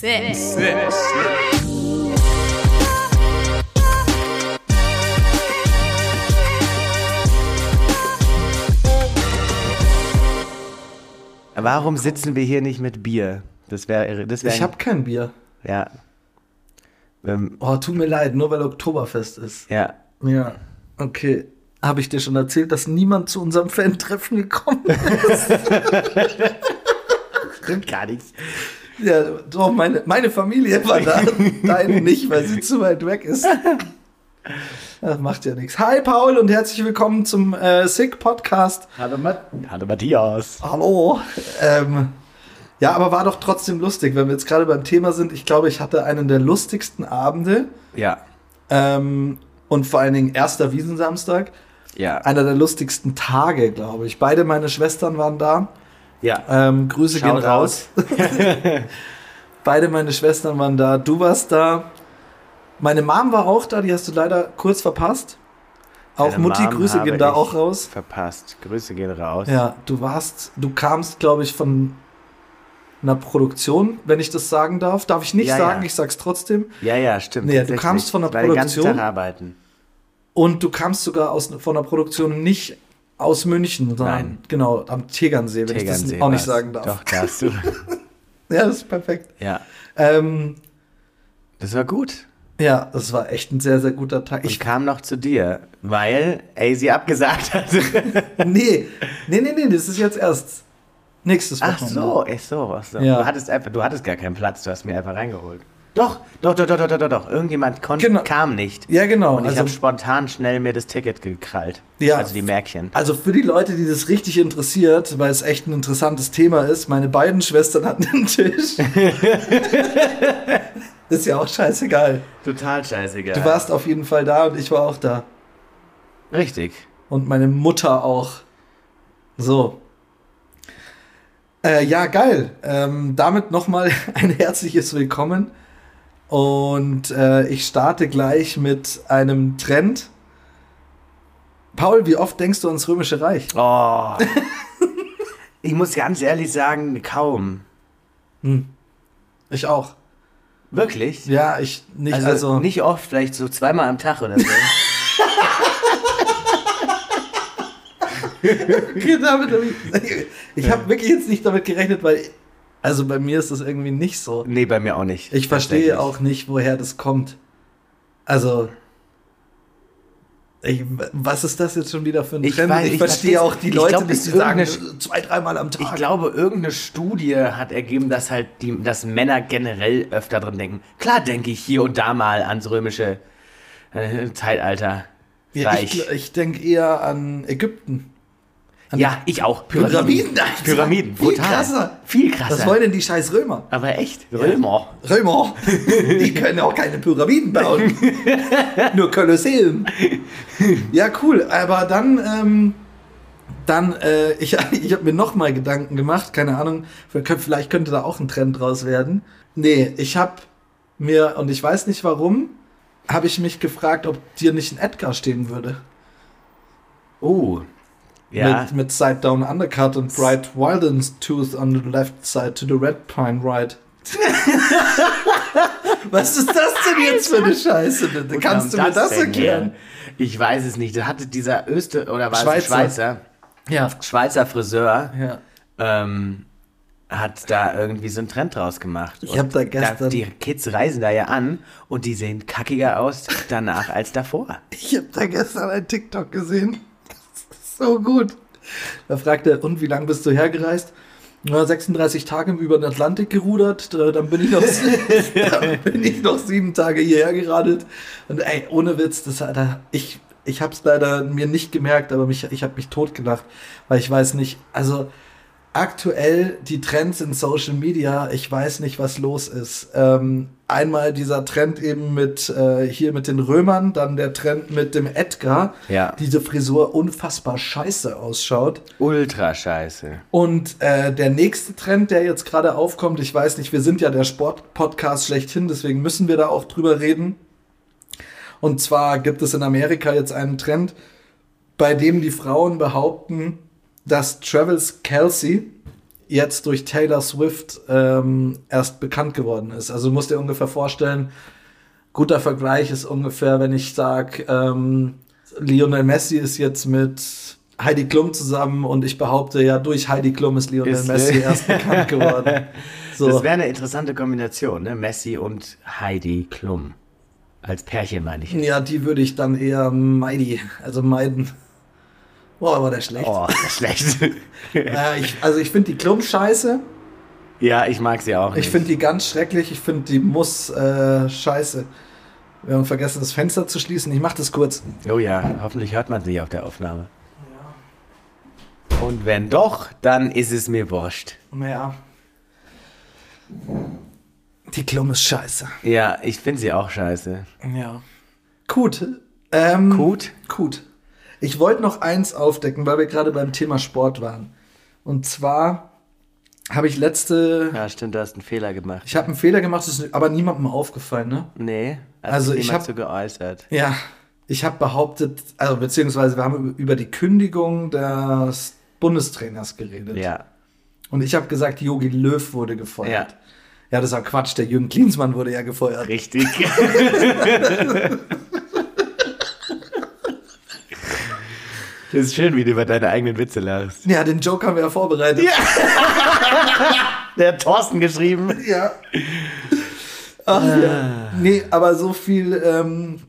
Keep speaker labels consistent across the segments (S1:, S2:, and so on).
S1: six.
S2: Warum sitzen wir hier nicht mit Bier? Das wäre das wär
S3: Ich habe kein Bier.
S2: ja. Ähm,
S3: Oh, tut mir leid, nur weil Oktoberfest ist.
S2: ja.
S3: Ja, okay. Habe ich dir schon erzählt, dass niemand zu unserem Fan-Treffen gekommen ist?
S2: Gar nichts.
S3: ja, doch, meine, meine Familie war da. Deine nicht, weil sie zu weit weg ist. Das macht ja nichts. Hi, Paul, und herzlich willkommen zum äh, Sick Podcast.
S2: Hallo, Matthias.
S3: Hallo. Ähm, ja, aber war doch trotzdem lustig, wenn wir jetzt gerade beim Thema sind. Ich glaube, ich hatte einen der lustigsten Abende
S2: Ja.
S3: ähm, und vor allen Dingen erster Wiesensamstag.
S2: Ja.
S3: Einer der lustigsten Tage, glaube ich. Beide meine Schwestern waren da.
S2: Ja.
S3: Ähm, Grüße
S2: Shout
S3: gehen raus. Beide meine Schwestern waren da. Du warst da. Meine Mom war auch da. Die hast du leider kurz verpasst. Auch
S2: Deine
S3: Mutti,
S2: Mom
S3: Grüße
S2: habe
S3: gehen da
S2: ich
S3: auch raus.
S2: Verpasst. Grüße gehen raus.
S3: Ja, du warst, du kamst, glaube ich, von einer Produktion, wenn ich das sagen darf. Darf ich nicht
S2: Ja,
S3: sagen,
S2: ja.
S3: ich sag's trotzdem.
S2: Ja, ja, stimmt.
S3: Nee, du
S2: tatsächlich.
S3: kamst von der
S2: Ich war den ganzen
S3: Produktion.
S2: Tag arbeiten.
S3: Und du kamst sogar aus, von einer Produktion nicht aus München, sondern
S2: Nein.
S3: genau am Tegernsee, wenn ich
S2: Tegernsee
S3: das auch nicht
S2: war's.
S3: sagen darf.
S2: Doch, darfst du.
S3: Ja, das ist perfekt.
S2: ja.
S3: Ähm,
S2: Das war gut.
S3: ja, das war echt ein sehr, sehr guter Tag.
S2: Ich
S3: Ich,
S2: kam noch zu dir, weil AC abgesagt hat.
S3: nee, nee, nee, nee, das ist jetzt erst nächstes
S2: Ach
S3: Wochenende.
S2: so, ach so, ach so.
S3: Ja.
S2: Du hattest einfach, du hattest gar keinen Platz, du hast mir einfach reingeholt. Doch, doch, doch, doch, doch, doch, doch, doch. Irgendjemand kon-
S3: Genau.
S2: kam nicht.
S3: Ja, genau.
S2: Und ich habe spontan schnell mir das Ticket gekrallt.
S3: Ja.
S2: Also die Märkchen.
S3: Also für die Leute, die das richtig interessiert, weil es echt ein interessantes Thema ist, meine beiden Schwestern hatten einen Tisch. ist ja auch scheißegal.
S2: Total scheißegal.
S3: Du warst auf jeden Fall da und ich war auch da.
S2: Richtig.
S3: Und meine Mutter auch. So. Äh, ja, geil. Ähm, damit nochmal ein herzliches Willkommen. Und äh, ich starte gleich mit einem Trend. Paul, wie oft denkst du ans Römische Reich?
S2: Oh. ich muss ganz ehrlich sagen, kaum.
S3: Ich auch.
S2: Wirklich?
S3: Ja, ich nicht,
S2: Also,
S3: also,
S2: nicht oft, vielleicht so zweimal am Tag oder so.
S3: damit, ich habe wirklich jetzt nicht damit gerechnet, weil also bei mir ist das irgendwie nicht so.
S2: nee, bei mir auch nicht.
S3: Ich verstehe
S2: Tatsächlich.
S3: auch nicht, woher das kommt. Also ich, was ist das jetzt schon wieder für ein
S2: Ich
S3: Trend?
S2: weiß,
S3: ich
S2: ich
S3: verstehe
S2: versteh's-
S3: auch die
S2: ich
S3: Leute,
S2: glaub,
S3: die
S2: es ist
S3: sagen
S2: irgendeine-
S3: zwei, dreimal am
S2: Ich
S3: Tag.
S2: glaube, irgendeine Studie hat ergeben, dass halt die, dass Männer generell öfter dran denken. Klar denke ich hier und da mal ans römische äh, Zeitalter.
S3: ja,
S2: Reich.
S3: ich, ich denke eher an Ägypten.
S2: ja, ich auch.
S3: Pyramiden, Alter.
S2: Pyramiden,
S3: Viel
S2: brutal.
S3: krasser.
S2: Viel krasser.
S3: Was wollen denn die scheiß Römer?
S2: Aber echt, Römer.
S3: Römer, die können auch keine Pyramiden bauen. Nur Kolosseum. Ja, cool. Aber dann, ähm, dann, äh, ich, ich habe mir nochmal Gedanken gemacht. Keine Ahnung, wir können- vielleicht könnte da auch ein Trend draus werden. Nee, ich habe mir, und ich weiß nicht warum, habe ich mich gefragt, ob dir nicht ein Edgar stehen würde.
S2: Oh. Ja.
S3: Mit, mit Side Down Undercut und Bright Wildens Tooth on the left side to the red pine right. Was ist das denn jetzt für eine Scheiße, bitte? Kannst du mir das
S2: denn
S3: erklären?
S2: her? Ich weiß es nicht. Das hatte dieser Öster oder war Schweizer.
S3: Schweizer.
S2: Es ein Schweizer?
S3: Ja.
S2: Schweizer Friseur
S3: ja.
S2: ähm, hat da irgendwie so einen Trend draus gemacht.
S3: Ich
S2: Und
S3: hab da gestern-
S2: die Kids reisen da ja an und die sehen kackiger aus danach als davor.
S3: Ich habe da gestern ein TikTok gesehen. Das ist so gut. Da fragt er, und wie lang bist du hergereist? Na, 36 Tage über den Atlantik gerudert, äh, dann bin ich noch, dann bin ich noch sieben Tage hierher geradelt. Und ey, ohne Witz, das hat er, ich, ich habe es leider mir nicht gemerkt, aber mich, ich habe mich totgelacht, weil ich weiß nicht, also aktuell die Trends in Social Media, ich weiß nicht, was los ist. Ähm, einmal dieser Trend eben mit äh, hier mit den Römern, dann der Trend mit dem Edgar,
S2: Ja.
S3: diese Frisur unfassbar scheiße ausschaut.
S2: Ultra scheiße.
S3: Und äh, der nächste Trend, der jetzt gerade aufkommt, ich weiß nicht, wir sind ja der Sport-Podcast schlechthin, deswegen müssen wir da auch drüber reden. Und zwar gibt es in Amerika jetzt einen Trend, bei dem die Frauen behaupten, dass Travis Kelsey jetzt durch Taylor Swift ähm, erst bekannt geworden ist. Also du musst dir ungefähr vorstellen, guter Vergleich ist ungefähr, wenn ich sage, ähm, Lionel Messi ist jetzt mit Heidi Klum zusammen und ich behaupte ja, durch Heidi Klum ist Lionel
S2: Ist,
S3: Messi
S2: ne?
S3: erst bekannt geworden.
S2: Das
S3: So.
S2: wäre eine interessante Kombination, ne? Messi und Heidi Klum. Als Pärchen meine ich.
S3: Ja, die würde ich dann eher meidi, also meiden. Boah, war der schlecht.
S2: Oh, schlecht.
S3: Äh, ich, also ich finde die Klum scheiße.
S2: ja, ich mag sie auch.
S3: Ich finde die ganz schrecklich. Ich finde die muss äh, scheiße. Wir haben vergessen, das Fenster zu schließen. Ich mache das kurz.
S2: die. Oh ja, hoffentlich hört man sie auf der Aufnahme. Und wenn doch, dann ist es mir wurscht.
S3: Ja. Die Klum ist scheiße.
S2: Ja, ich finde sie auch scheiße.
S3: Ja. Gut. Ähm,
S2: Gut.
S3: Gut. Ich wollte noch eins aufdecken, weil wir gerade beim Thema Sport waren. Und zwar habe ich letzte.
S2: Ja, stimmt, du hast einen Fehler gemacht.
S3: Ich habe einen Fehler gemacht, das ist aber niemandem aufgefallen, ne?
S2: Nee, hast
S3: Also,
S2: du
S3: ich
S2: niemand
S3: hab-
S2: so geäußert.
S3: Ja, ich habe behauptet, also beziehungsweise wir haben über die Kündigung des Bundestrainers geredet.
S2: Ja.
S3: Und ich habe gesagt, Jogi Löw wurde
S2: Ja,
S3: gefeuert. Ja. ja, das war Quatsch, der Jürgen Klinsmann wurde ja gefeuert.
S2: richtig. das ist schön, wie du über deine eigenen Witze lachst.
S3: Ja, den Joke haben wir ja vorbereitet. Ja.
S2: Der hat Thorsten geschrieben.
S3: ja. Ach, ja. Nee, aber so viel, ähm,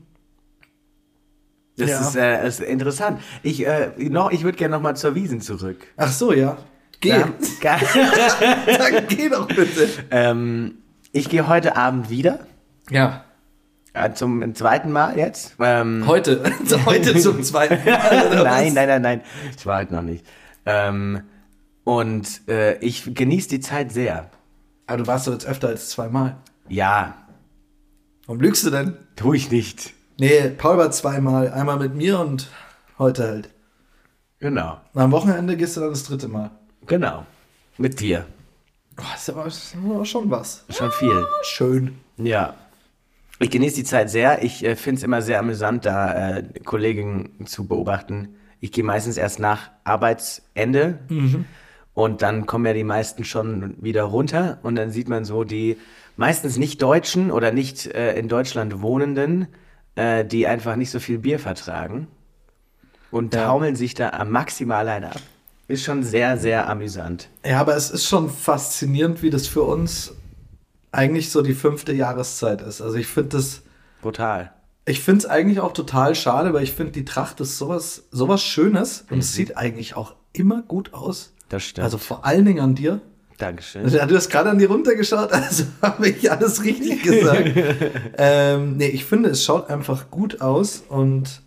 S2: Das
S3: Ja.
S2: ist, äh, ist interessant. Ich, äh, noch, ich würde gerne nochmal zur Wiesen zurück.
S3: ach so, ja. Geh,
S2: Ja.
S3: geh doch bitte.
S2: ähm, ich gehe heute Abend wieder.
S3: Ja,
S2: Äh, Zum zweiten Mal jetzt. Ähm,
S3: heute, heute zum zweiten Mal. oder
S2: nein,
S3: was?
S2: nein, nein, nein. Ich war halt noch nicht. Ähm, und äh, ich genieße die Zeit sehr.
S3: Aber du warst doch jetzt öfter als zweimal.
S2: Ja,
S3: Warum lügst du denn?
S2: tue ich nicht.
S3: Nee, Paul war zweimal. Einmal mit mir und heute halt.
S2: Genau,
S3: Und am Wochenende gehst du dann das dritte Mal.
S2: genau. Mit dir.
S3: Boah, ist aber ist aber schon was.
S2: Schon viel.
S3: Schön.
S2: Ja. Ich genieße die Zeit sehr. Ich äh, finde es immer sehr amüsant, da äh, Kollegen zu beobachten. Ich gehe meistens erst nach Arbeitsende und dann kommen ja die meisten schon wieder runter und dann sieht man so die meistens nicht Deutschen oder nicht äh, in Deutschland Wohnenden, äh, die einfach nicht so viel Bier vertragen und
S3: Ja.
S2: taumeln sich da am maximal alleine ab. Ist schon sehr, sehr amüsant.
S3: Ja, aber es ist schon faszinierend, wie das für uns eigentlich so die fünfte Jahreszeit ist. Also ich finde das,
S2: Brutal.
S3: ich finde es eigentlich auch total schade, weil ich finde, die Tracht ist sowas, sowas Schönes und es sieht eigentlich auch immer gut aus.
S2: Das stimmt.
S3: Also vor allen Dingen an dir.
S2: Dankeschön.
S3: Ja, du hast gerade an die runtergeschaut, also habe ich alles richtig gesagt. ähm, nee, ich finde, es schaut einfach gut aus und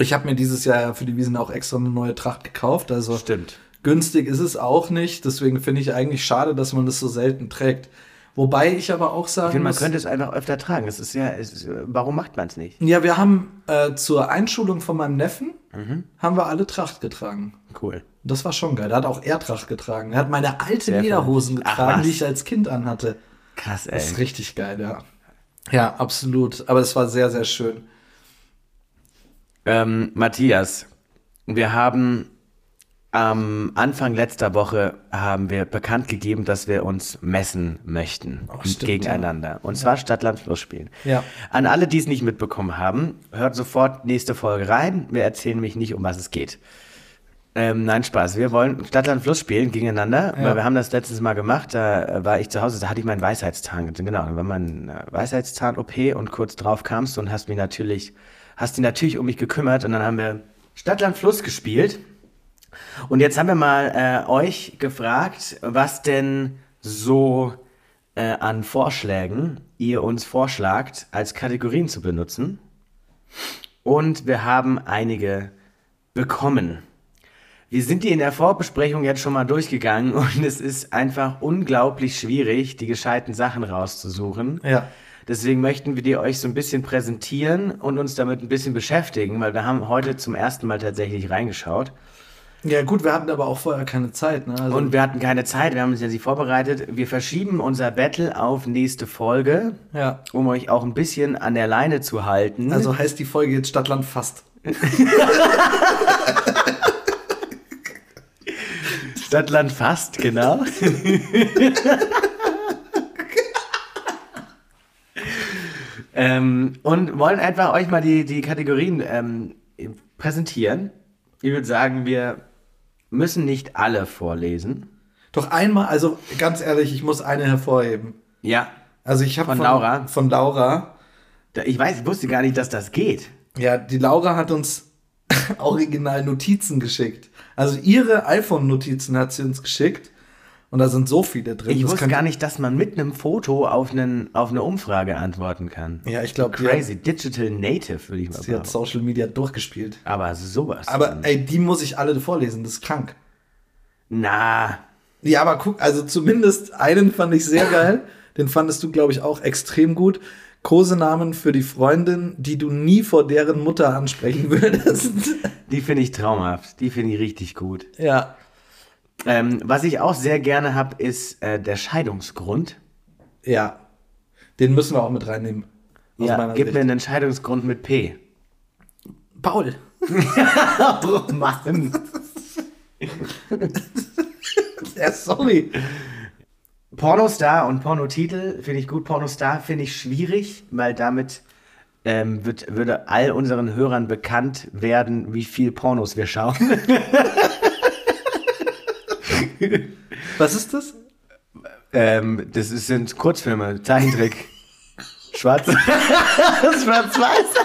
S3: ich habe mir dieses Jahr für die Wiesen auch extra eine neue Tracht gekauft. Also
S2: Stimmt.
S3: günstig ist es auch nicht, deswegen finde ich eigentlich schade, dass man das so selten trägt. Wobei ich aber auch
S2: Ich
S3: sagen
S2: finde, man
S3: muss,
S2: könnte es einfach öfter tragen. Es ist ja, es ist, warum macht man es nicht?
S3: ja, wir haben äh, zur Einschulung von meinem Neffen
S2: Mhm.
S3: haben wir alle Tracht getragen.
S2: Cool.
S3: Das war schon geil. Da hat auch er Tracht getragen. Er hat meine alten
S2: Sehr
S3: Lederhosen
S2: vernünftig. Ach,
S3: getragen,
S2: was?
S3: die ich als Kind anhatte.
S2: Krass,
S3: Das ist
S2: ey.
S3: richtig geil, ja. Ja, absolut. Aber es war sehr, sehr schön.
S2: Ähm, Matthias, wir haben am Anfang letzter Woche haben wir bekannt gegeben, dass wir uns messen möchten
S3: stimmt,
S2: gegeneinander. Und zwar Stadtland Fluss spielen.
S3: Ja.
S2: An alle, die es nicht mitbekommen haben, hört sofort nächste Folge rein. Wir erzählen mich nicht, um was es geht. Ähm, nein, Spaß. Wir wollen Stadtland Fluss spielen gegeneinander,
S3: Ja.
S2: weil wir haben das letztes Mal gemacht. Da äh, war ich zu Hause, da hatte ich meinen Weisheitszahn. Genau, da war mein äh, Weisheitszahn-OP und kurz drauf kamst du und hast mich natürlich, hast dich natürlich um mich gekümmert und dann haben wir Stadtland Fluss gespielt. Und jetzt haben wir mal äh, euch gefragt, was denn so äh, an Vorschlägen ihr uns vorschlagt, als Kategorien zu benutzen. Und wir haben einige bekommen. Wir sind die in der Vorbesprechung jetzt schon mal durchgegangen und es ist einfach unglaublich schwierig, die gescheiten Sachen rauszusuchen.
S3: Ja.
S2: Deswegen möchten wir die euch so ein bisschen präsentieren und uns damit ein bisschen beschäftigen, weil wir haben heute zum ersten Mal tatsächlich reingeschaut.
S3: Ja, gut, wir hatten aber auch vorher keine Zeit. Ne? Also,
S2: Und wir hatten keine Zeit, wir haben uns ja nicht vorbereitet. Wir verschieben unser Battle auf nächste Folge,
S3: ja.
S2: um euch auch ein bisschen an der Leine zu halten.
S3: Also heißt die Folge jetzt Stadtland fast.
S2: Stadtland fast, genau. ähm, und wollen einfach euch mal die, die Kategorien ähm, präsentieren. Ich würde sagen, wir müssen nicht alle vorlesen.
S3: Doch einmal, also ganz ehrlich, ich muss eine hervorheben.
S2: Ja.
S3: Also ich habe
S2: Von Laura.
S3: Von Laura.
S2: Da- Ich weiß, ich wusste gar nicht, dass das geht.
S3: Ja, die Laura hat uns original Notizen geschickt. Also ihre iPhone-Notizen hat sie uns geschickt. Und da sind so viele drin.
S2: Ich
S3: das
S2: wusste
S3: kann-
S2: gar nicht, dass man mit einem Foto auf, einen, auf eine Umfrage antworten kann.
S3: Ja, ich glaube,
S2: Crazy. Digital Native, würde ich mal
S3: Sie hat
S2: sagen.
S3: Social Media durchgespielt.
S2: Aber sowas.
S3: Aber
S2: von.
S3: ey, die muss ich alle vorlesen, das ist krank.
S2: Na,
S3: Ja, aber guck, also zumindest einen fand ich sehr geil. Den fandest du, glaube ich, auch extrem gut. Kosenamen für die Freundin, die du nie vor deren Mutter ansprechen würdest.
S2: die finde ich traumhaft. Die finde ich richtig gut.
S3: ja.
S2: Ähm, was ich auch sehr gerne habe, ist äh, der Scheidungsgrund.
S3: Ja. Den müssen wir auch mit reinnehmen. Aus
S2: Ja,
S3: meiner
S2: gib
S3: Sicht.
S2: mir einen Scheidungsgrund mit P.
S3: Paul.
S2: Oh Mann.
S3: Ja, sorry.
S2: Pornostar und Pornotitel finde ich gut. Pornostar finde ich schwierig, weil damit ähm, wird, würde all unseren Hörern bekannt werden, wie viel Pornos wir schauen.
S3: Was ist das?
S2: ähm, das ist, sind Kurzfilme, Zeichentrick. Schwarz. Schwarz-Weiß.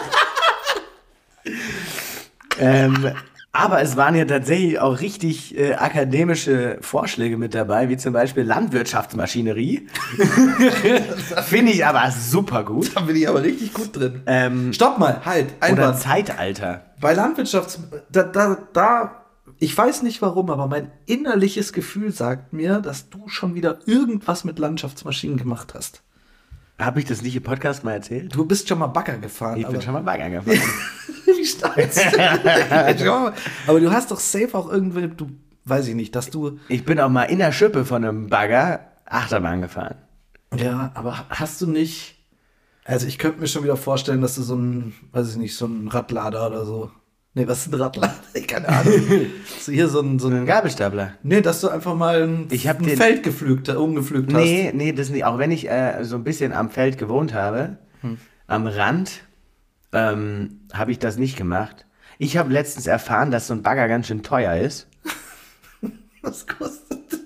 S2: ähm, aber es waren ja tatsächlich auch richtig äh, akademische Vorschläge mit dabei, wie zum Beispiel Landwirtschaftsmaschinerie. finde ich aber super gut.
S3: Da bin ich aber richtig gut drin.
S2: Ähm,
S3: Stopp mal, halt,
S2: Oder
S3: Einwand.
S2: Zeitalter.
S3: Bei Landwirtschafts... Da, da, da, ich weiß nicht warum, aber mein innerliches Gefühl sagt mir, dass du schon wieder irgendwas mit Landschaftsmaschinen gemacht hast.
S2: Habe ich das nicht im Podcast mal erzählt?
S3: Du bist schon mal Bagger gefahren.
S2: Ich
S3: aber
S2: bin schon mal Bagger gefahren.
S3: wie stark. Ja, aber du hast doch safe auch irgendwie, du, weiß ich nicht, dass du...
S2: ich bin auch mal in der Schippe von einem Bagger Achterbahn gefahren.
S3: Ja, aber hast du nicht... Also ich könnte mir schon wieder vorstellen, dass du so ein, weiß ich nicht, so ein Radlader oder so... Nee, was ist ein Radlader? Keine Ahnung. so hier so ein... So ein
S2: Ein Gabelstapler.
S3: Nee, dass du einfach mal ein,
S2: Ich hab
S3: ein
S2: den-
S3: Feld geflügt, umgepflügt hast.
S2: Nee, nee, das nicht. Auch wenn ich äh, so ein bisschen am Feld gewohnt habe, am Rand, ähm, habe ich das nicht gemacht. Ich habe letztens erfahren, dass so ein Bagger ganz schön teuer ist.
S3: Was kostet das?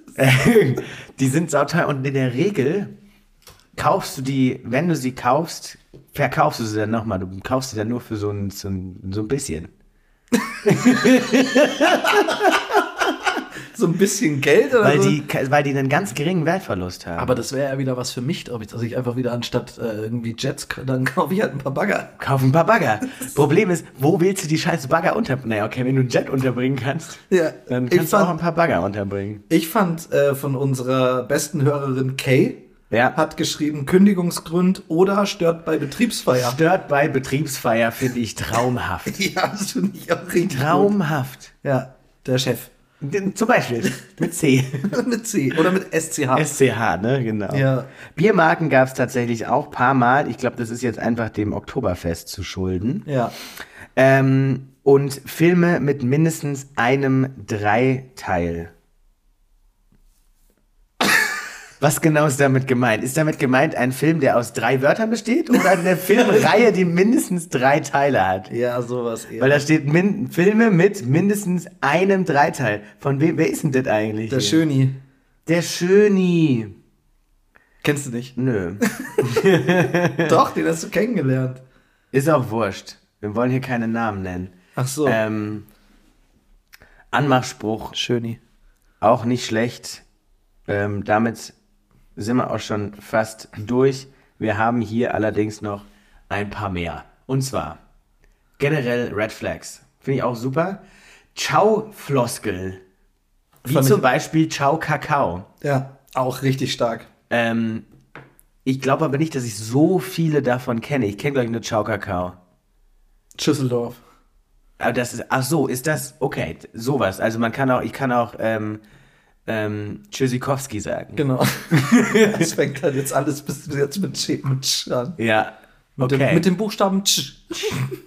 S2: die sind sauteuer und in der Regel kaufst du die, wenn du sie kaufst, verkaufst du sie dann nochmal. Du kaufst sie dann nur für so ein, so ein, so ein bisschen.
S3: So ein bisschen Geld oder
S2: Weil
S3: so?
S2: die, weil die einen ganz geringen Wertverlust haben.
S3: Also Aber das wäre ja wieder was für mich, glaube ich, dass ich einfach wieder anstatt äh, irgendwie Jets, dann kaufe ich halt ein paar Bagger.
S2: Kauf ein paar Bagger. Problem ist, wo willst du die scheiß Bagger unterbringen? Naja, okay, wenn du einen Jet unterbringen kannst,
S3: Ja,
S2: dann
S3: ich
S2: kannst du
S3: fand-
S2: auch ein paar Bagger unterbringen.
S3: Ich fand äh, von unserer besten Hörerin Kay,
S2: Ja.
S3: hat geschrieben, Kündigungsgrund oder stört bei Betriebsfeier.
S2: Stört bei Betriebsfeier finde ich traumhaft.
S3: Ja, das finde ich auch richtig gut.
S2: traumhaft.
S3: Ja, der Chef.
S2: Den- Zum Beispiel mit C.
S3: mit C oder mit SCH.
S2: SCH, ne? Genau.
S3: Ja.
S2: Biermarken gab es tatsächlich auch ein paar Mal. Ich glaube, das ist jetzt einfach dem Oktoberfest zu schulden.
S3: ja.
S2: Ähm, und Filme mit mindestens einem Dreiteil. Was genau ist damit gemeint? Ist damit gemeint ein Film, der aus drei Wörtern besteht oder eine Filmreihe, die mindestens drei Teile hat?
S3: ja, sowas eher.
S2: Weil da steht min Filme mit mindestens einem Dreiteil. Von wem, wer ist denn das eigentlich?
S3: der
S2: hier?
S3: Schöni.
S2: Der Schöni.
S3: Kennst du nicht?
S2: Nö.
S3: Doch, den hast du kennengelernt.
S2: Ist auch wurscht. Wir wollen hier keine Namen nennen.
S3: Ach so.
S2: Ähm, Anmachspruch
S3: Schöni.
S2: Auch nicht schlecht. Ähm, damit sind wir auch schon fast durch. Wir haben hier allerdings noch ein paar mehr. Und zwar generell Red Flags. Finde ich auch super. Ciao-Floskel. Wie
S3: Fand ich-
S2: zum Beispiel Ciao-Kakao.
S3: Ja, auch richtig stark.
S2: Ähm, ich glaube aber nicht, dass ich so viele davon kenne. Ich kenne, glaube ich, nur Ciao-Kakao.
S3: Schüsseldorf.
S2: Aber das ist, ach so, ist das, okay, sowas. Also man kann auch, ich kann auch ähm, ähm, Tschüssikowski sagen.
S3: Genau. das fängt halt jetzt alles bis bis jetzt mit Sch, mit Sch an.
S2: Ja.
S3: Mit,
S2: okay.
S3: dem, mit dem Buchstaben Tsch.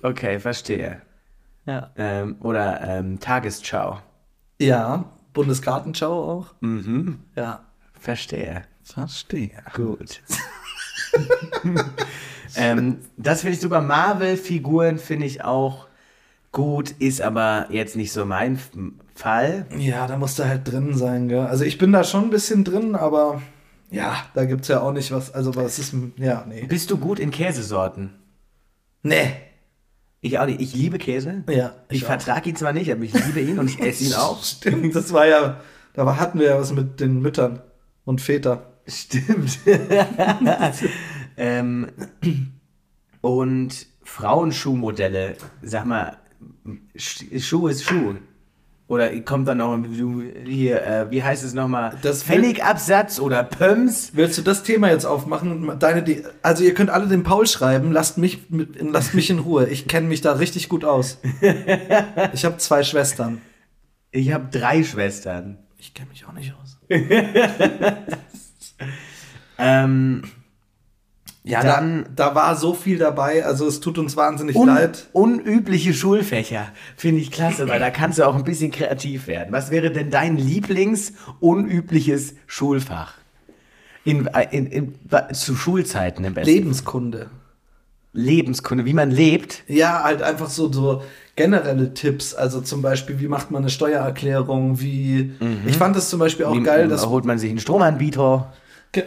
S2: okay, verstehe.
S3: Ja.
S2: Ähm, oder ähm, Tagesschau.
S3: Ja, Bundesgartenschau auch.
S2: Mhm.
S3: Ja.
S2: Verstehe.
S3: Verstehe.
S2: Gut. ähm, das finde ich super. Marvel-Figuren finde ich auch gut, ist aber jetzt nicht so mein F- Fall.
S3: Ja, da musst du halt drin sein, gell? Also ich bin da schon ein bisschen drin, aber ja, da gibt's ja auch nicht was. Also was ist. m- Ja, nee.
S2: Bist du gut in Käsesorten?
S3: Nee.
S2: Ich auch nicht. Ich liebe Käse.
S3: Ja,
S2: Ich,
S3: auch.
S2: vertrage ihn zwar nicht, aber ich liebe ihn und ich esse ihn auch.
S3: Stimmt, das war ja. Da war- hatten wir ja was mit den Müttern und Vätern.
S2: Stimmt. ähm, und Frauenschuhmodelle, sag mal, Sch- Schuh ist Schuh. Oder kommt dann noch hier, äh, wie heißt es nochmal?
S3: Das wird-
S2: Pfennigabsatz oder Pöms?
S3: Willst du das Thema jetzt aufmachen? Deine, die, also ihr könnt alle den Paul schreiben, lasst mich, mit- lasst mich in Ruhe. Ich kenne mich da richtig gut aus. Ich habe zwei Schwestern.
S2: Ich habe drei Schwestern.
S3: Ich kenne mich auch nicht aus.
S2: Ähm,
S3: Ja,
S2: Dann-
S3: da, da war so viel dabei. Also es tut uns wahnsinnig
S2: un
S3: leid.
S2: unübliche Schulfächer finde ich klasse, weil da kannst du auch ein bisschen kreativ werden. Was wäre denn dein Lieblings-unübliches Schulfach? In, äh, in, in, zu Schulzeiten im besten
S3: Lebenskunde.
S2: Lebenskunde, wie man lebt.
S3: Ja, halt einfach so, so generelle Tipps. Also zum Beispiel, wie macht man eine Steuererklärung? Wie. Ich fand das zum Beispiel auch
S2: Mhm. Wie-
S3: geil, dass
S2: holt man sich einen Stromanbieter.
S3: Ge-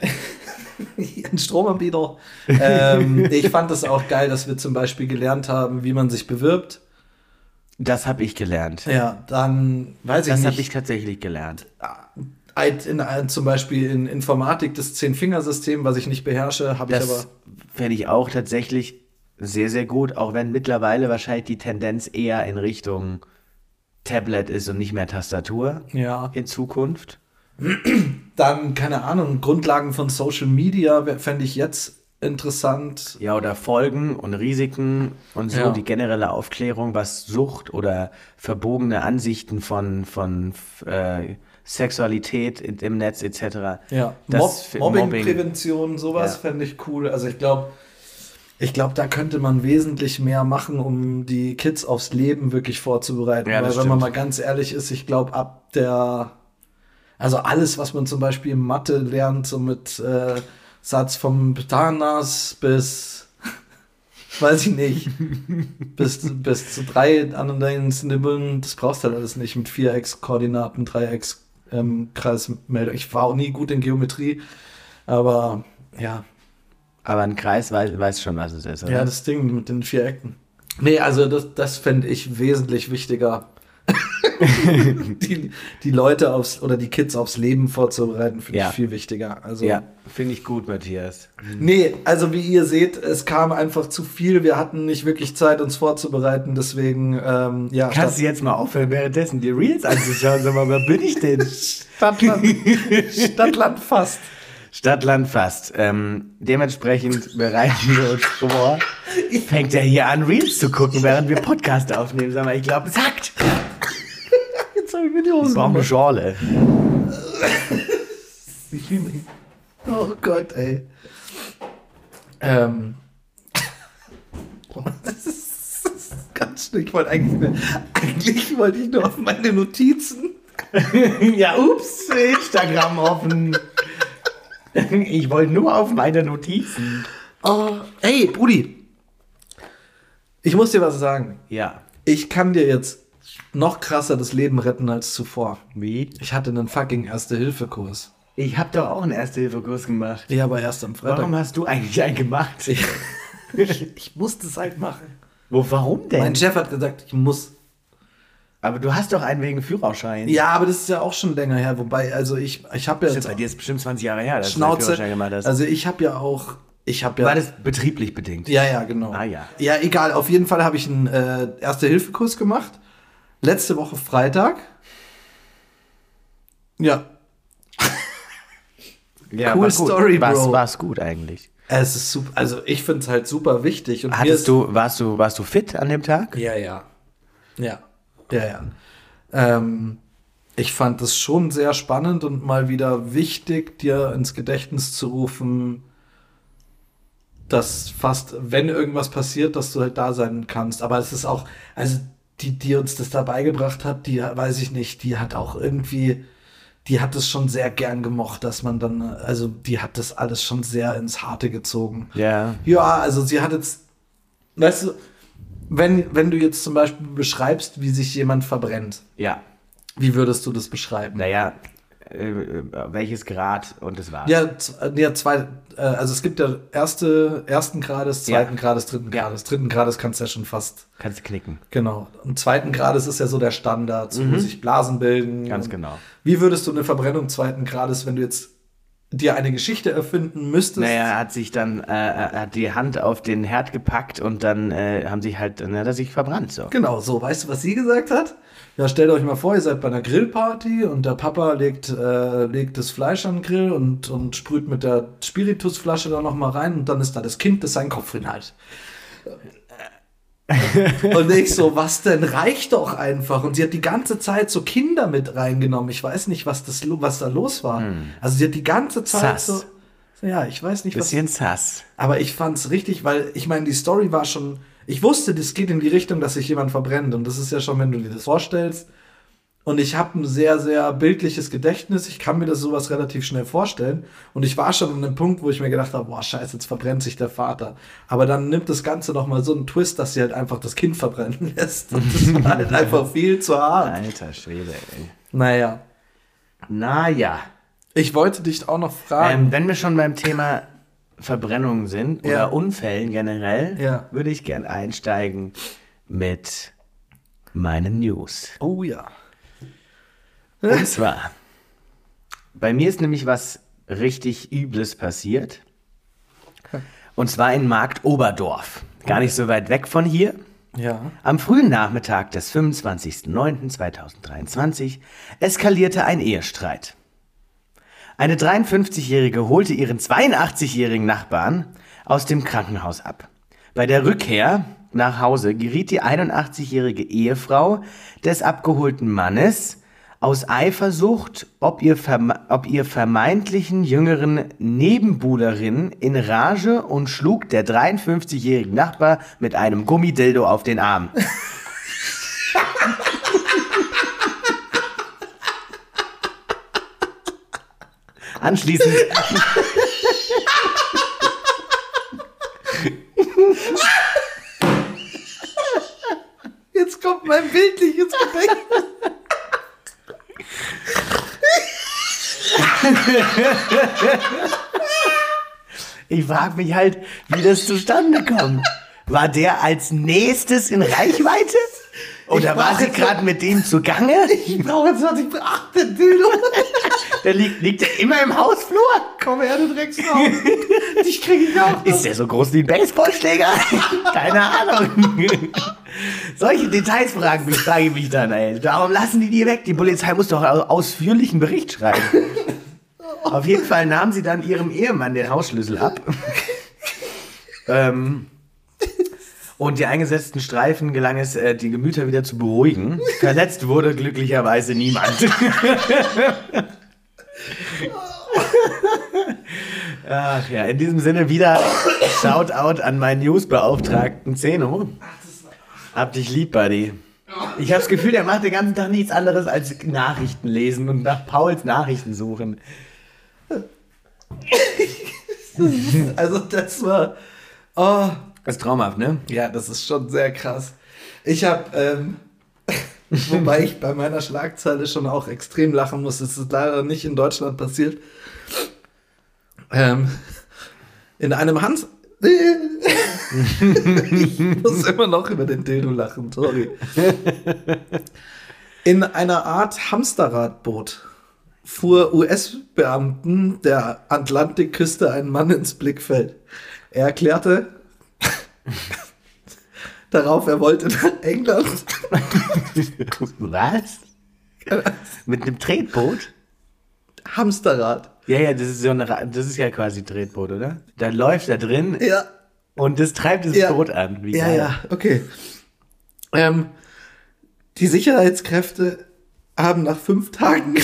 S3: Ein Stromanbieter. ähm, ich fand das auch geil, dass wir zum Beispiel gelernt haben, wie man sich bewirbt.
S2: Das habe ich gelernt.
S3: Ja, dann weiß
S2: das
S3: ich
S2: habe ich
S3: nicht.
S2: tatsächlich gelernt.
S3: Eid in, äh, zum Beispiel in Informatik das Zehn-Finger-System, was ich nicht beherrsche, habe ich aber.
S2: Das fände ich auch tatsächlich sehr, sehr gut, auch wenn mittlerweile wahrscheinlich die Tendenz eher in Richtung Tablet ist und nicht mehr Tastatur
S3: Ja.
S2: in Zukunft.
S3: Dann, keine Ahnung, Grundlagen von Social Media fände ich jetzt interessant.
S2: Ja, oder Folgen und Risiken und so,
S3: Ja.
S2: die generelle Aufklärung, was Sucht oder verbogene Ansichten von, von f- äh, Sexualität in, im Netz etc.
S3: Ja,
S2: Das
S3: Mob
S2: Mobbing.
S3: Mobbing-Prävention, sowas
S2: Ja.
S3: fände ich cool. Also ich glaube, ich glaube, da könnte man wesentlich mehr machen, um die Kids aufs Leben wirklich vorzubereiten.
S2: Ja,
S3: Weil
S2: das
S3: wenn man
S2: stimmt.
S3: mal ganz ehrlich ist, ich glaube, ab der, also alles, was man zum Beispiel in Mathe lernt, so mit äh, Satz vom Pythagoras bis, weiß ich nicht, bis, bis zu drei anderen Nibbeln, das brauchst du halt alles nicht mit Viereckskoordinaten, Dreieckskreismeldung. Ähm, Kreismeldung. ich war auch nie gut in Geometrie, aber ja,
S2: Aber ein Kreis weiß, weiß schon, was es ist. Oder?
S3: ja, das Ding mit den vier Ecken. Nee, also das, das fände ich wesentlich wichtiger. die, die Leute aufs oder die Kids aufs Leben vorzubereiten, finde
S2: Ja.
S3: ich viel wichtiger. Also,
S2: ja finde ich gut, Matthias.
S3: nee, also wie ihr seht, es kam einfach zu viel. Wir hatten nicht wirklich Zeit, uns vorzubereiten. Deswegen, ähm, ja,
S2: Kannst du jetzt mal aufhören, währenddessen die Reels anzuschauen? Sag mal, wer bin ich denn?
S3: Stadtland, Stadtland fast.
S2: Stadtland fast. Ähm, dementsprechend bereiten wir uns vor. Fängt er hier an, Reels zu gucken, während wir Podcast aufnehmen. Sag mal, ich glaube, es hackt.
S3: Jetzt habe ich mir die Hose
S2: Ich brauche eine Schorle.
S3: gemacht. Oh Gott, ey. Ähm. Das ist, das ist ganz schlimm. Ich wollte eigentlich, nur- eigentlich wollte ich nur auf meine Notizen.
S2: ja, ups, Instagram offen. Ich wollte nur auf meine Notizen.
S3: Oh, ey, Brudi. Ich muss dir was sagen.
S2: Ja.
S3: Ich kann dir jetzt noch krasser das Leben retten als zuvor.
S2: Wie?
S3: Ich hatte einen fucking Erste-Hilfe-Kurs.
S2: Ich habe doch auch einen Erste-Hilfe-Kurs gemacht.
S3: Ja, aber erst am Freitag.
S2: Warum hast du eigentlich einen gemacht?
S3: Ich, ich musste es halt machen.
S2: Wo, warum denn?
S3: Mein Chef hat gesagt, ich muss.
S2: Aber du hast doch einen wegen Führerschein.
S3: Ja, aber das ist ja auch schon länger her. Wobei, also ich, ich habe ja
S2: Stimmt,
S3: jetzt
S2: bei
S3: auch
S2: dir ist bestimmt 20 Jahre her, dass du
S3: Schnauze.
S2: einen Führerschein gemacht hast.
S3: Also ich habe ja auch, ich habe ja.
S2: War das betrieblich bedingt?
S3: Ja, ja, genau.
S2: Ah, ja.
S3: Ja, egal. Auf jeden Fall habe ich einen äh, Erste-Hilfe-Kurs gemacht. Letzte Woche Freitag. Ja,
S2: Ja,
S3: Cool
S2: war gut.
S3: Story,
S2: war's,
S3: Bro.
S2: War's gut eigentlich.
S3: es ist super. Also ich finde es halt super wichtig. Und mir ist-
S2: Hattest du, warst du, warst du fit an dem Tag?
S3: Ja, ja. Ja, ja, ja. Ähm, ich fand das schon sehr spannend und mal wieder wichtig, dir ins Gedächtnis zu rufen, dass fast, wenn irgendwas passiert, dass du halt da sein kannst. Aber es ist auch, also die, die uns das da beigebracht hat, die weiß ich nicht, die hat auch irgendwie, die hat es schon sehr gern gemocht, dass man dann, also die hat das alles schon sehr ins Harte gezogen.
S2: Ja.
S3: Ja, also sie hat jetzt, weißt du, wenn, wenn du jetzt zum Beispiel beschreibst, wie sich jemand verbrennt,
S2: Ja.
S3: wie würdest du das beschreiben?
S2: Naja, äh, welches Grad und das war's.
S3: Ja, z- äh, ja zwei, äh, also es gibt ja erste, ersten Grades,
S2: Ja.
S3: zweiten Grades, dritten Grades. Dritten Grades kannst du ja schon fast,
S2: Kannst du knicken.
S3: genau. Und zweiten Grades ist ja so der Standard, so wo sich Blasen bilden.
S2: Mhm. Ganz
S3: Und
S2: genau.
S3: Wie würdest du eine Verbrennung zweiten Grades, wenn du jetzt dir eine Geschichte erfinden müsstest?
S2: Naja, er hat sich dann äh, er hat die Hand auf den Herd gepackt und dann äh, haben sich halt, dann hat er sich verbrannt. So.
S3: Genau, so, weißt du, was sie gesagt hat? Ja, stellt euch mal vor, ihr seid bei einer Grillparty und der Papa legt, äh, legt das Fleisch an den Grill und, und sprüht mit der Spiritusflasche da nochmal rein und dann ist da das Kind, das seinen Kopf hinhält. und ich so, was denn? Reicht doch einfach. Und sie hat die ganze Zeit so Kinder mit reingenommen. Ich weiß nicht, was, das, lo- was da los war. Also sie hat die ganze Zeit
S2: Hm. Sass.
S3: so... Ja, ich weiß nicht, was...
S2: Bisschen sass.
S3: Aber ich fand's richtig, weil ich meine, die Story war schon. Ich wusste, das geht in die Richtung, dass sich jemand verbrennt. Und das ist ja schon, wenn du dir das vorstellst. Und ich habe ein sehr, sehr bildliches Gedächtnis. Ich kann mir das sowas relativ schnell vorstellen. Und ich war schon an einem Punkt, wo ich mir gedacht habe, boah, scheiße, jetzt verbrennt sich der Vater. Aber dann nimmt das Ganze nochmal so einen Twist, dass sie halt einfach das Kind verbrennen lässt. Und das war halt einfach viel zu hart.
S2: Alter Schwede, ey.
S3: Naja.
S2: Naja.
S3: Ich wollte dich auch noch fragen.
S2: Ähm, wenn wir schon beim Thema Verbrennung sind oder
S3: Ja.
S2: Unfällen generell,
S3: Ja.
S2: würde ich gern einsteigen mit meinen News.
S3: oh ja.
S2: Und zwar, bei mir ist nämlich was richtig Übles passiert. Und zwar in Markt Oberdorf. Gar nicht so weit weg von hier.
S3: Ja.
S2: Am frühen Nachmittag des 25.09.2023 eskalierte ein Ehestreit. Eine 53-Jährige holte ihren 82-jährigen Nachbarn aus dem Krankenhaus ab. Bei der Rückkehr nach Hause geriet die 81-jährige Ehefrau des abgeholten Mannes aus Eifersucht, ob ihr, verme ob ihr vermeintlichen jüngeren Nebenbuhlerin in Rage und schlug der 53-jährigen Nachbar mit einem Gummidildo auf den Arm. Anschließend
S3: Jetzt kommt mein bildliches Gedächtnis.
S2: Ich frage mich halt, wie das zustande kommt. War der als nächstes in Reichweite? Oder
S3: Ich
S2: war sie
S3: brauche-
S2: gerade mit dem zugange?
S3: Ich brauche jetzt 20 beachtete Dildo.
S2: Der liegt, liegt der immer im Hausflur?
S3: Komm her, du Drecksau. Dich krieg ich auch.
S2: Ist der so groß wie ein Baseballschläger? Keine Ahnung. Solche Details fragen mich, frage ich mich dann, ey. Warum lassen die die weg? Die Polizei muss doch au- ausführlichen Bericht schreiben. Auf jeden Fall nahm sie dann ihrem Ehemann den Hausschlüssel ab. ähm, und die eingesetzten Streifen gelang es, äh, die Gemüter wieder zu beruhigen. Verletzt wurde glücklicherweise niemand. Ach ja, in diesem Sinne wieder Shoutout an meinen Newsbeauftragten Zeno. Hab dich lieb, Buddy. Ich habe das Gefühl, der macht den ganzen Tag nichts anderes als Nachrichten lesen und nach Pauls Nachrichten suchen.
S3: Also das war... Oh.
S2: Das ist traumhaft, ne?
S3: Ja, das ist schon sehr krass. Ich habe... Ähm, wobei ich bei meiner Schlagzeile schon auch extrem lachen muss. Es ist leider nicht in Deutschland passiert. Ähm, in einem Hans... ich muss immer noch über den Dildo lachen, sorry. In einer Art Hamsterradboot fuhr US-Beamten der Atlantikküste ein Mann ins Blickfeld. Er erklärte darauf, er wollte nach England.
S2: Was? Mit einem Tretboot?
S3: Hamsterrad.
S2: Ja, ja, das ist, so eine, Ra- das ist ja quasi ein Tretboot, oder? Da läuft da drin
S3: Ja,
S2: und das treibt das
S3: Ja.
S2: Boot an. Wie
S3: ja,
S2: geil.
S3: ja, okay. Ähm, die Sicherheitskräfte haben nach fünf Tagen,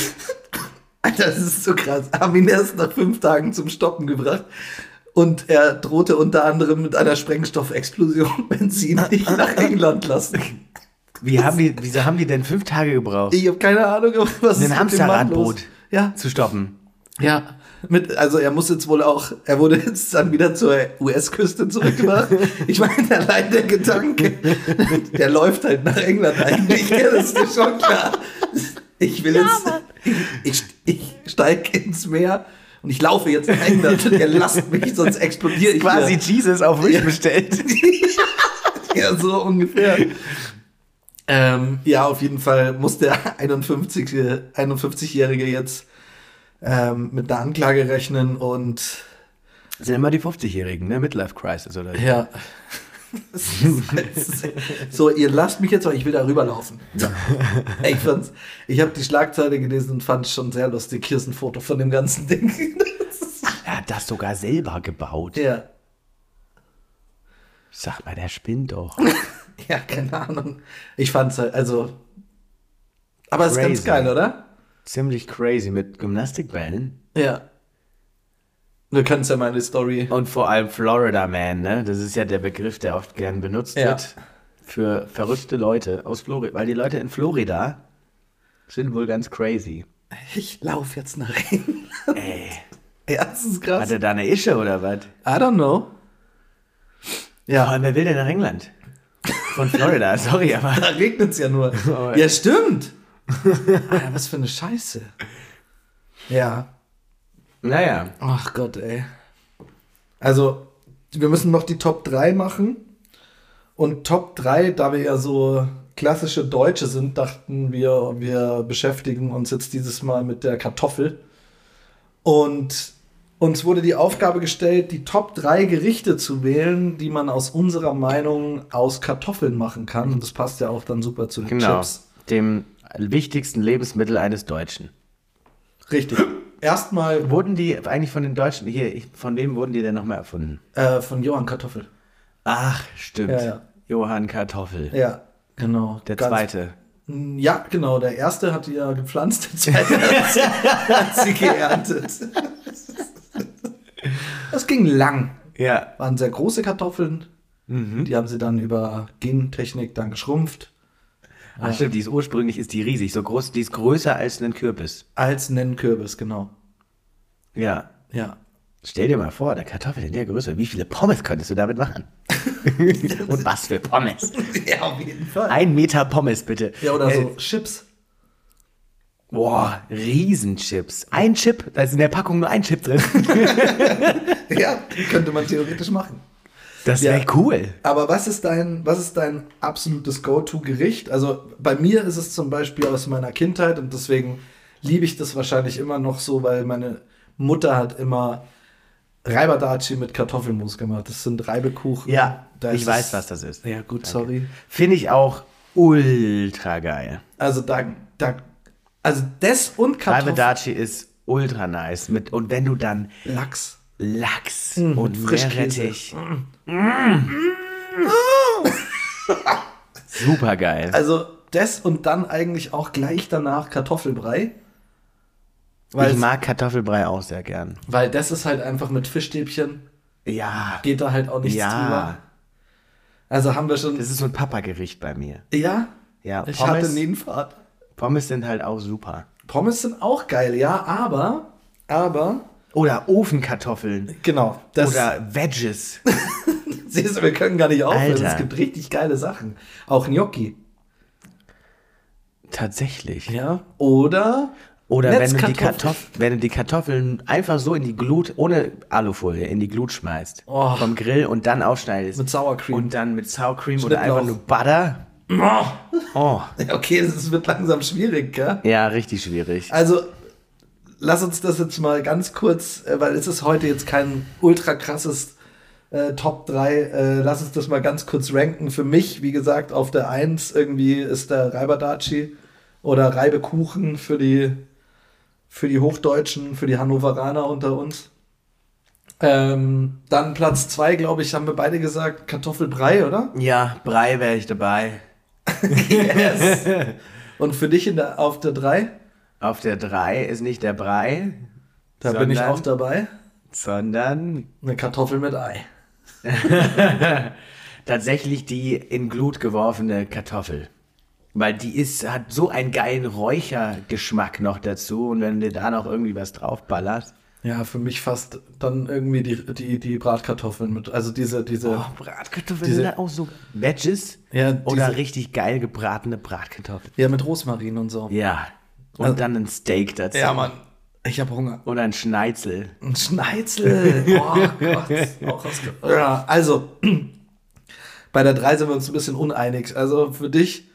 S3: Alter, das ist so krass, haben ihn erst nach fünf Tagen zum Stoppen gebracht. Und er drohte unter anderem mit einer Sprengstoffexplosion, wenn sie ihn nicht nach England lassen.
S2: Wie haben die, wieso haben die denn fünf Tage gebraucht,
S3: Ich habe keine Ahnung, was
S2: ein
S3: mit dem Mann los-
S2: Hamsterradboot
S3: Ja,
S2: zu stoppen?
S3: ja. Mit, also er muss jetzt wohl auch, er wurde jetzt dann wieder zur US-Küste zurückgebracht. Ich meine, allein der Gedanke, der läuft halt nach England eigentlich. Ja, das ist dir schon klar. Ich will jetzt, ich, ich steige ins Meer und ich laufe jetzt nach England. Ihr lasst mich, sonst explodiere ich
S2: Quasi
S3: hier.
S2: Jesus auf Wish bestellt.
S3: Ja, so ungefähr. ähm, ja, auf jeden Fall muss der 51 51-Jährige jetzt ähm, mit einer Anklage rechnen und
S2: Das sind immer die 50-Jährigen, ne? Midlife Crisis oder
S3: ja. Das ist halt- so, ihr lasst mich jetzt, weil ich will da rüberlaufen. Ich, fand's- ich habe die Schlagzeile gelesen und fand es schon sehr lustig. Hier ist ein Foto von dem ganzen Ding.
S2: Er hat das sogar selber gebaut.
S3: ja.
S2: Sag mal, der spinnt doch.
S3: ja, keine Ahnung. Ich fand's halt, also. Aber es ist ganz
S2: Crazy.
S3: geil, oder?
S2: Ziemlich crazy mit Gymnastikbällen.
S3: Ja. Wir können es ja mal in die Story.
S2: Und vor allem Florida Man, ne? Das ist ja der Begriff, der oft gern benutzt
S3: Ja.
S2: wird für verrückte Leute aus Florida. Weil die Leute in Florida sind wohl ganz crazy.
S3: Ich laufe jetzt nach England.
S2: Ey,
S3: Ja, das ist
S2: hat
S3: krass. I
S2: er da eine Ische oder was?
S3: don't know.
S2: Vor
S3: Ja,
S2: allem, wer will denn nach England? Von Florida, sorry, aber.
S3: da regnet es ja nur.
S2: Oh,
S3: ja, stimmt. Alter, was für eine Scheiße. Ja.
S2: Naja.
S3: Ach Gott, ey. Also, wir müssen noch die Top 3 machen. Und Top 3, da wir ja so klassische Deutsche sind, dachten wir, wir beschäftigen uns jetzt dieses Mal mit der Kartoffel. Und uns wurde die Aufgabe gestellt, die Top 3 Gerichte zu wählen, die man aus unserer Meinung aus Kartoffeln machen kann. Und das passt ja auch dann super zu den
S2: Genau.
S3: Chips.
S2: Dem wichtigsten Lebensmittel eines Deutschen.
S3: Richtig. Erstmal
S2: Wurden die eigentlich von den Deutschen, hier, ich- von wem wurden die denn nochmal erfunden?
S3: äh, von Johann Kartoffel.
S2: Ach, stimmt.
S3: Ja, ja.
S2: Johann Kartoffel.
S3: Ja, genau.
S2: Der
S3: Ganz
S2: zweite.
S3: Mm, Ja, genau. Der erste hat die ja gepflanzt, der zweite hat sie, hat sie geerntet. Das ging lang.
S2: Ja.
S3: Waren sehr große Kartoffeln. Die haben sie dann über Gentechnik dann geschrumpft.
S2: Ach, Ah, stimmt, die ist ursprünglich ist die riesig, so groß, die ist größer als ein Kürbis.
S3: Als nennen Kürbis, genau.
S2: Ja.
S3: Ja.
S2: Stell dir mal vor, eine Kartoffel in der Größe, wie viele Pommes könntest du damit machen? Und was für Pommes?
S3: Ja, auf jeden Fall.
S2: Ein Meter Pommes bitte.
S3: Ja, oder
S2: Äh,
S3: so Chips.
S2: Boah, Riesenchips. Ein Chip, da ist in der Packung nur ein Chip drin.
S3: Ja, könnte man theoretisch machen.
S2: Das wäre
S3: Ja.
S2: cool.
S3: Aber was ist dein, was ist dein absolutes Go-To-Gericht? Also bei mir ist es zum Beispiel aus meiner Kindheit und deswegen liebe ich das wahrscheinlich immer noch so, weil meine Mutter hat immer Reibadaci mit Kartoffelmus gemacht. Das sind Reibekuchen.
S2: Ja,
S3: Da
S2: ich
S3: ist
S2: weiß,
S3: es-
S2: was das ist.
S3: Ja, gut, sorry.
S2: Finde ich auch ultra geil.
S3: Also da, da, also das und Kartoffeln.
S2: Albedaci ist ultra nice. Mit, und wenn du dann
S3: Lachs.
S2: Lachs
S3: Mm,
S2: und
S3: mit Frischkäse.
S2: Meerrettich. Mm. Super geil.
S3: Also das und dann eigentlich auch gleich danach Kartoffelbrei.
S2: ich
S3: Weil,
S2: mag Kartoffelbrei auch sehr gern.
S3: weil das ist halt einfach mit Fischstäbchen,
S2: Ja.
S3: geht da halt auch nichts drüber.
S2: Ja.
S3: Also haben wir schon.
S2: Das ist so ein Papagericht bei mir.
S3: ja,
S2: Ja,
S3: ich
S2: Pommes,
S3: hatte nie einen Fahrt.
S2: Pommes sind halt auch super.
S3: Pommes sind auch geil, ja, aber, aber,
S2: Oder Ofenkartoffeln.
S3: genau, das
S2: Oder Veggies.
S3: siehst du, wir können gar nicht aufhören.
S2: Alter.
S3: Es gibt richtig geile Sachen. Auch Gnocchi.
S2: Tatsächlich.
S3: Ja. Oder,
S2: Oder wenn du, die
S3: Netzkartoffeln.
S2: Kartoff wenn du die Kartoffeln einfach so in die Glut, ohne Alufolie, in die Glut schmeißt.
S3: Oh.
S2: Vom Grill und dann aufschneidest.
S3: Mit Sour Cream.
S2: Und dann mit Sour Cream oder einfach nur
S3: Schnittlauch.
S2: Butter. Oh.
S3: Okay, es wird langsam schwierig, gell?
S2: Ja, richtig schwierig.
S3: Also, lass uns das jetzt mal ganz kurz, äh, weil es ist heute jetzt kein ultra krasses äh, Top 3, äh, lass uns das mal ganz kurz ranken. Für mich, wie gesagt, auf der 1 irgendwie ist der Reibadaci oder Reibekuchen für die, für die Hochdeutschen, für die Hannoveraner unter uns. Ähm, dann Platz 2, glaube ich, haben wir beide gesagt, Kartoffelbrei, oder?
S2: Ja, Brei wäre ich dabei.
S3: Yes. Und für dich in der, auf der 3,
S2: Auf der 3 ist nicht der Brei,
S3: da bin ich
S2: Sondern?
S3: auch dabei,
S2: sondern
S3: eine Kartoffel mit Ei.
S2: tatsächlich die in Glut geworfene Kartoffel. Weil die ist, hat so einen geilen Räuchergeschmack noch dazu. Und wenn du da noch irgendwie was draufballerst.
S3: Ja, für mich fast dann irgendwie die, die, die Bratkartoffeln mit. Also diese, diese.
S2: Oh, Bratkartoffeln
S3: Diese-
S2: sind halt auch so Wedges.
S3: Ja, diese-
S2: oder richtig geil gebratene Bratkartoffeln.
S3: Ja, mit Rosmarin und so.
S2: Ja. Und
S3: Also-
S2: dann ein Steak dazu.
S3: Ja, Mann. Ich habe Hunger.
S2: Oder ein Schneizel.
S3: Ein Schneizel. Oh Gott. Auch aus- ja, also, bei der 3 sind wir uns ein bisschen uneinig. Also für dich,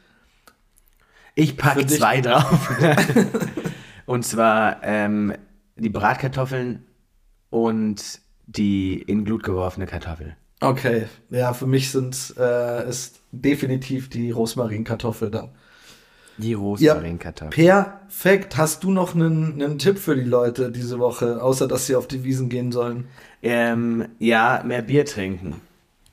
S2: Ich
S3: Für
S2: packe
S3: dich-
S2: zwei drauf. und zwar ähm, die Bratkartoffeln und die in Glut geworfene Kartoffel.
S3: okay. Ja, für mich sind äh, ist definitiv die Rosmarinkartoffel dann.
S2: Die
S3: Ja,
S2: Rosmarinkartoffel.
S3: perfekt. Hast du noch einen, einen Tipp für die Leute diese Woche, außer dass sie auf die Wiesen gehen sollen?
S2: Ähm, ja, mehr Bier trinken.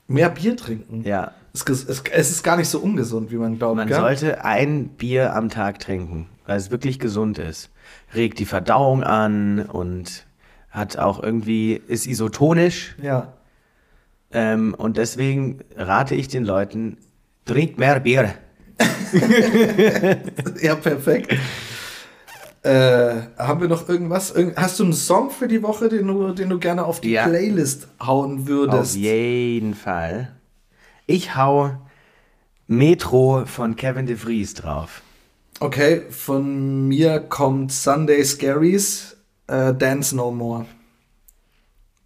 S3: Mehr Bier trinken.
S2: Ja.
S3: Es, ges- es, es ist gar nicht so ungesund, wie man glaubt.
S2: Man
S3: gell?
S2: sollte ein Bier am Tag trinken, weil es wirklich gesund ist. Regt die Verdauung an und hat auch irgendwie, ist isotonisch.
S3: ja.
S2: Ähm, und deswegen rate ich den Leuten, trinkt mehr Bier.
S3: ja, perfekt. Äh, haben wir noch irgendwas? Irgend- Hast du einen Song für die Woche, den du, den du gerne auf die
S2: Ja.
S3: Playlist hauen
S2: Auf
S3: würdest?
S2: jeden Fall. Ich hau Metro von Kevin de Vries drauf.
S3: Okay, von mir kommt Sunday Scaries, äh, Dance No More.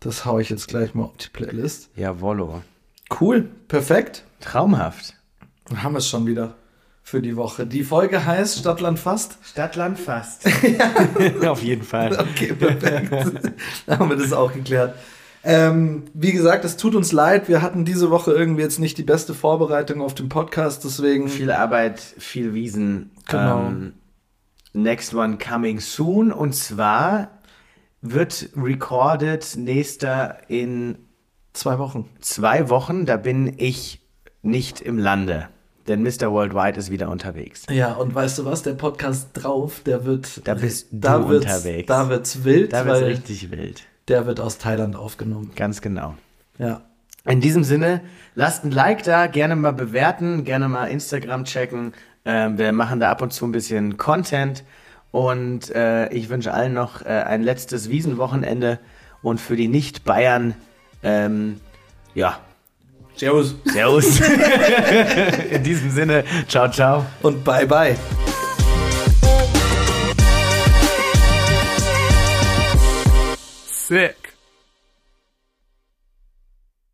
S3: Das hau ich jetzt gleich mal auf die Playlist.
S2: Jawollo.
S3: Cool, perfekt.
S2: Traumhaft.
S3: Dann haben wir es schon wieder für die Woche. Die Folge heißt Stadtland fast.
S2: Stadtland fast. Auf jeden Fall.
S3: Okay, perfekt. Dann haben wir das auch geklärt. Ähm, wie gesagt, es tut uns leid. Wir hatten diese Woche irgendwie jetzt nicht die beste Vorbereitung auf den Podcast, deswegen.
S2: Viel Arbeit, viel Wiesen.
S3: Genau.
S2: Ähm, next one coming soon. Und zwar wird recorded nächster in
S3: Zwei Wochen.
S2: zwei Wochen. Da bin ich nicht im Lande. Denn Mr. Worldwide ist wieder unterwegs.
S3: Ja, und weißt du was? Der Podcast drauf, der wird.
S2: Da bist du
S3: wird's,
S2: unterwegs.
S3: Da wird's wild,
S2: Da wird's
S3: weil
S2: richtig wild.
S3: der wird aus Thailand aufgenommen.
S2: Ganz genau.
S3: Ja.
S2: In diesem Sinne, lasst ein Like da, gerne mal bewerten, gerne mal Instagram checken. Ähm, wir machen da ab und zu ein bisschen Content. Und äh, ich wünsche allen noch äh, ein letztes Wiesenwochenende. Und für die Nicht-Bayern, ähm, ja,
S3: Servus.
S2: Servus. In diesem Sinne, ciao, ciao.
S3: Und bye bye.
S2: Sick.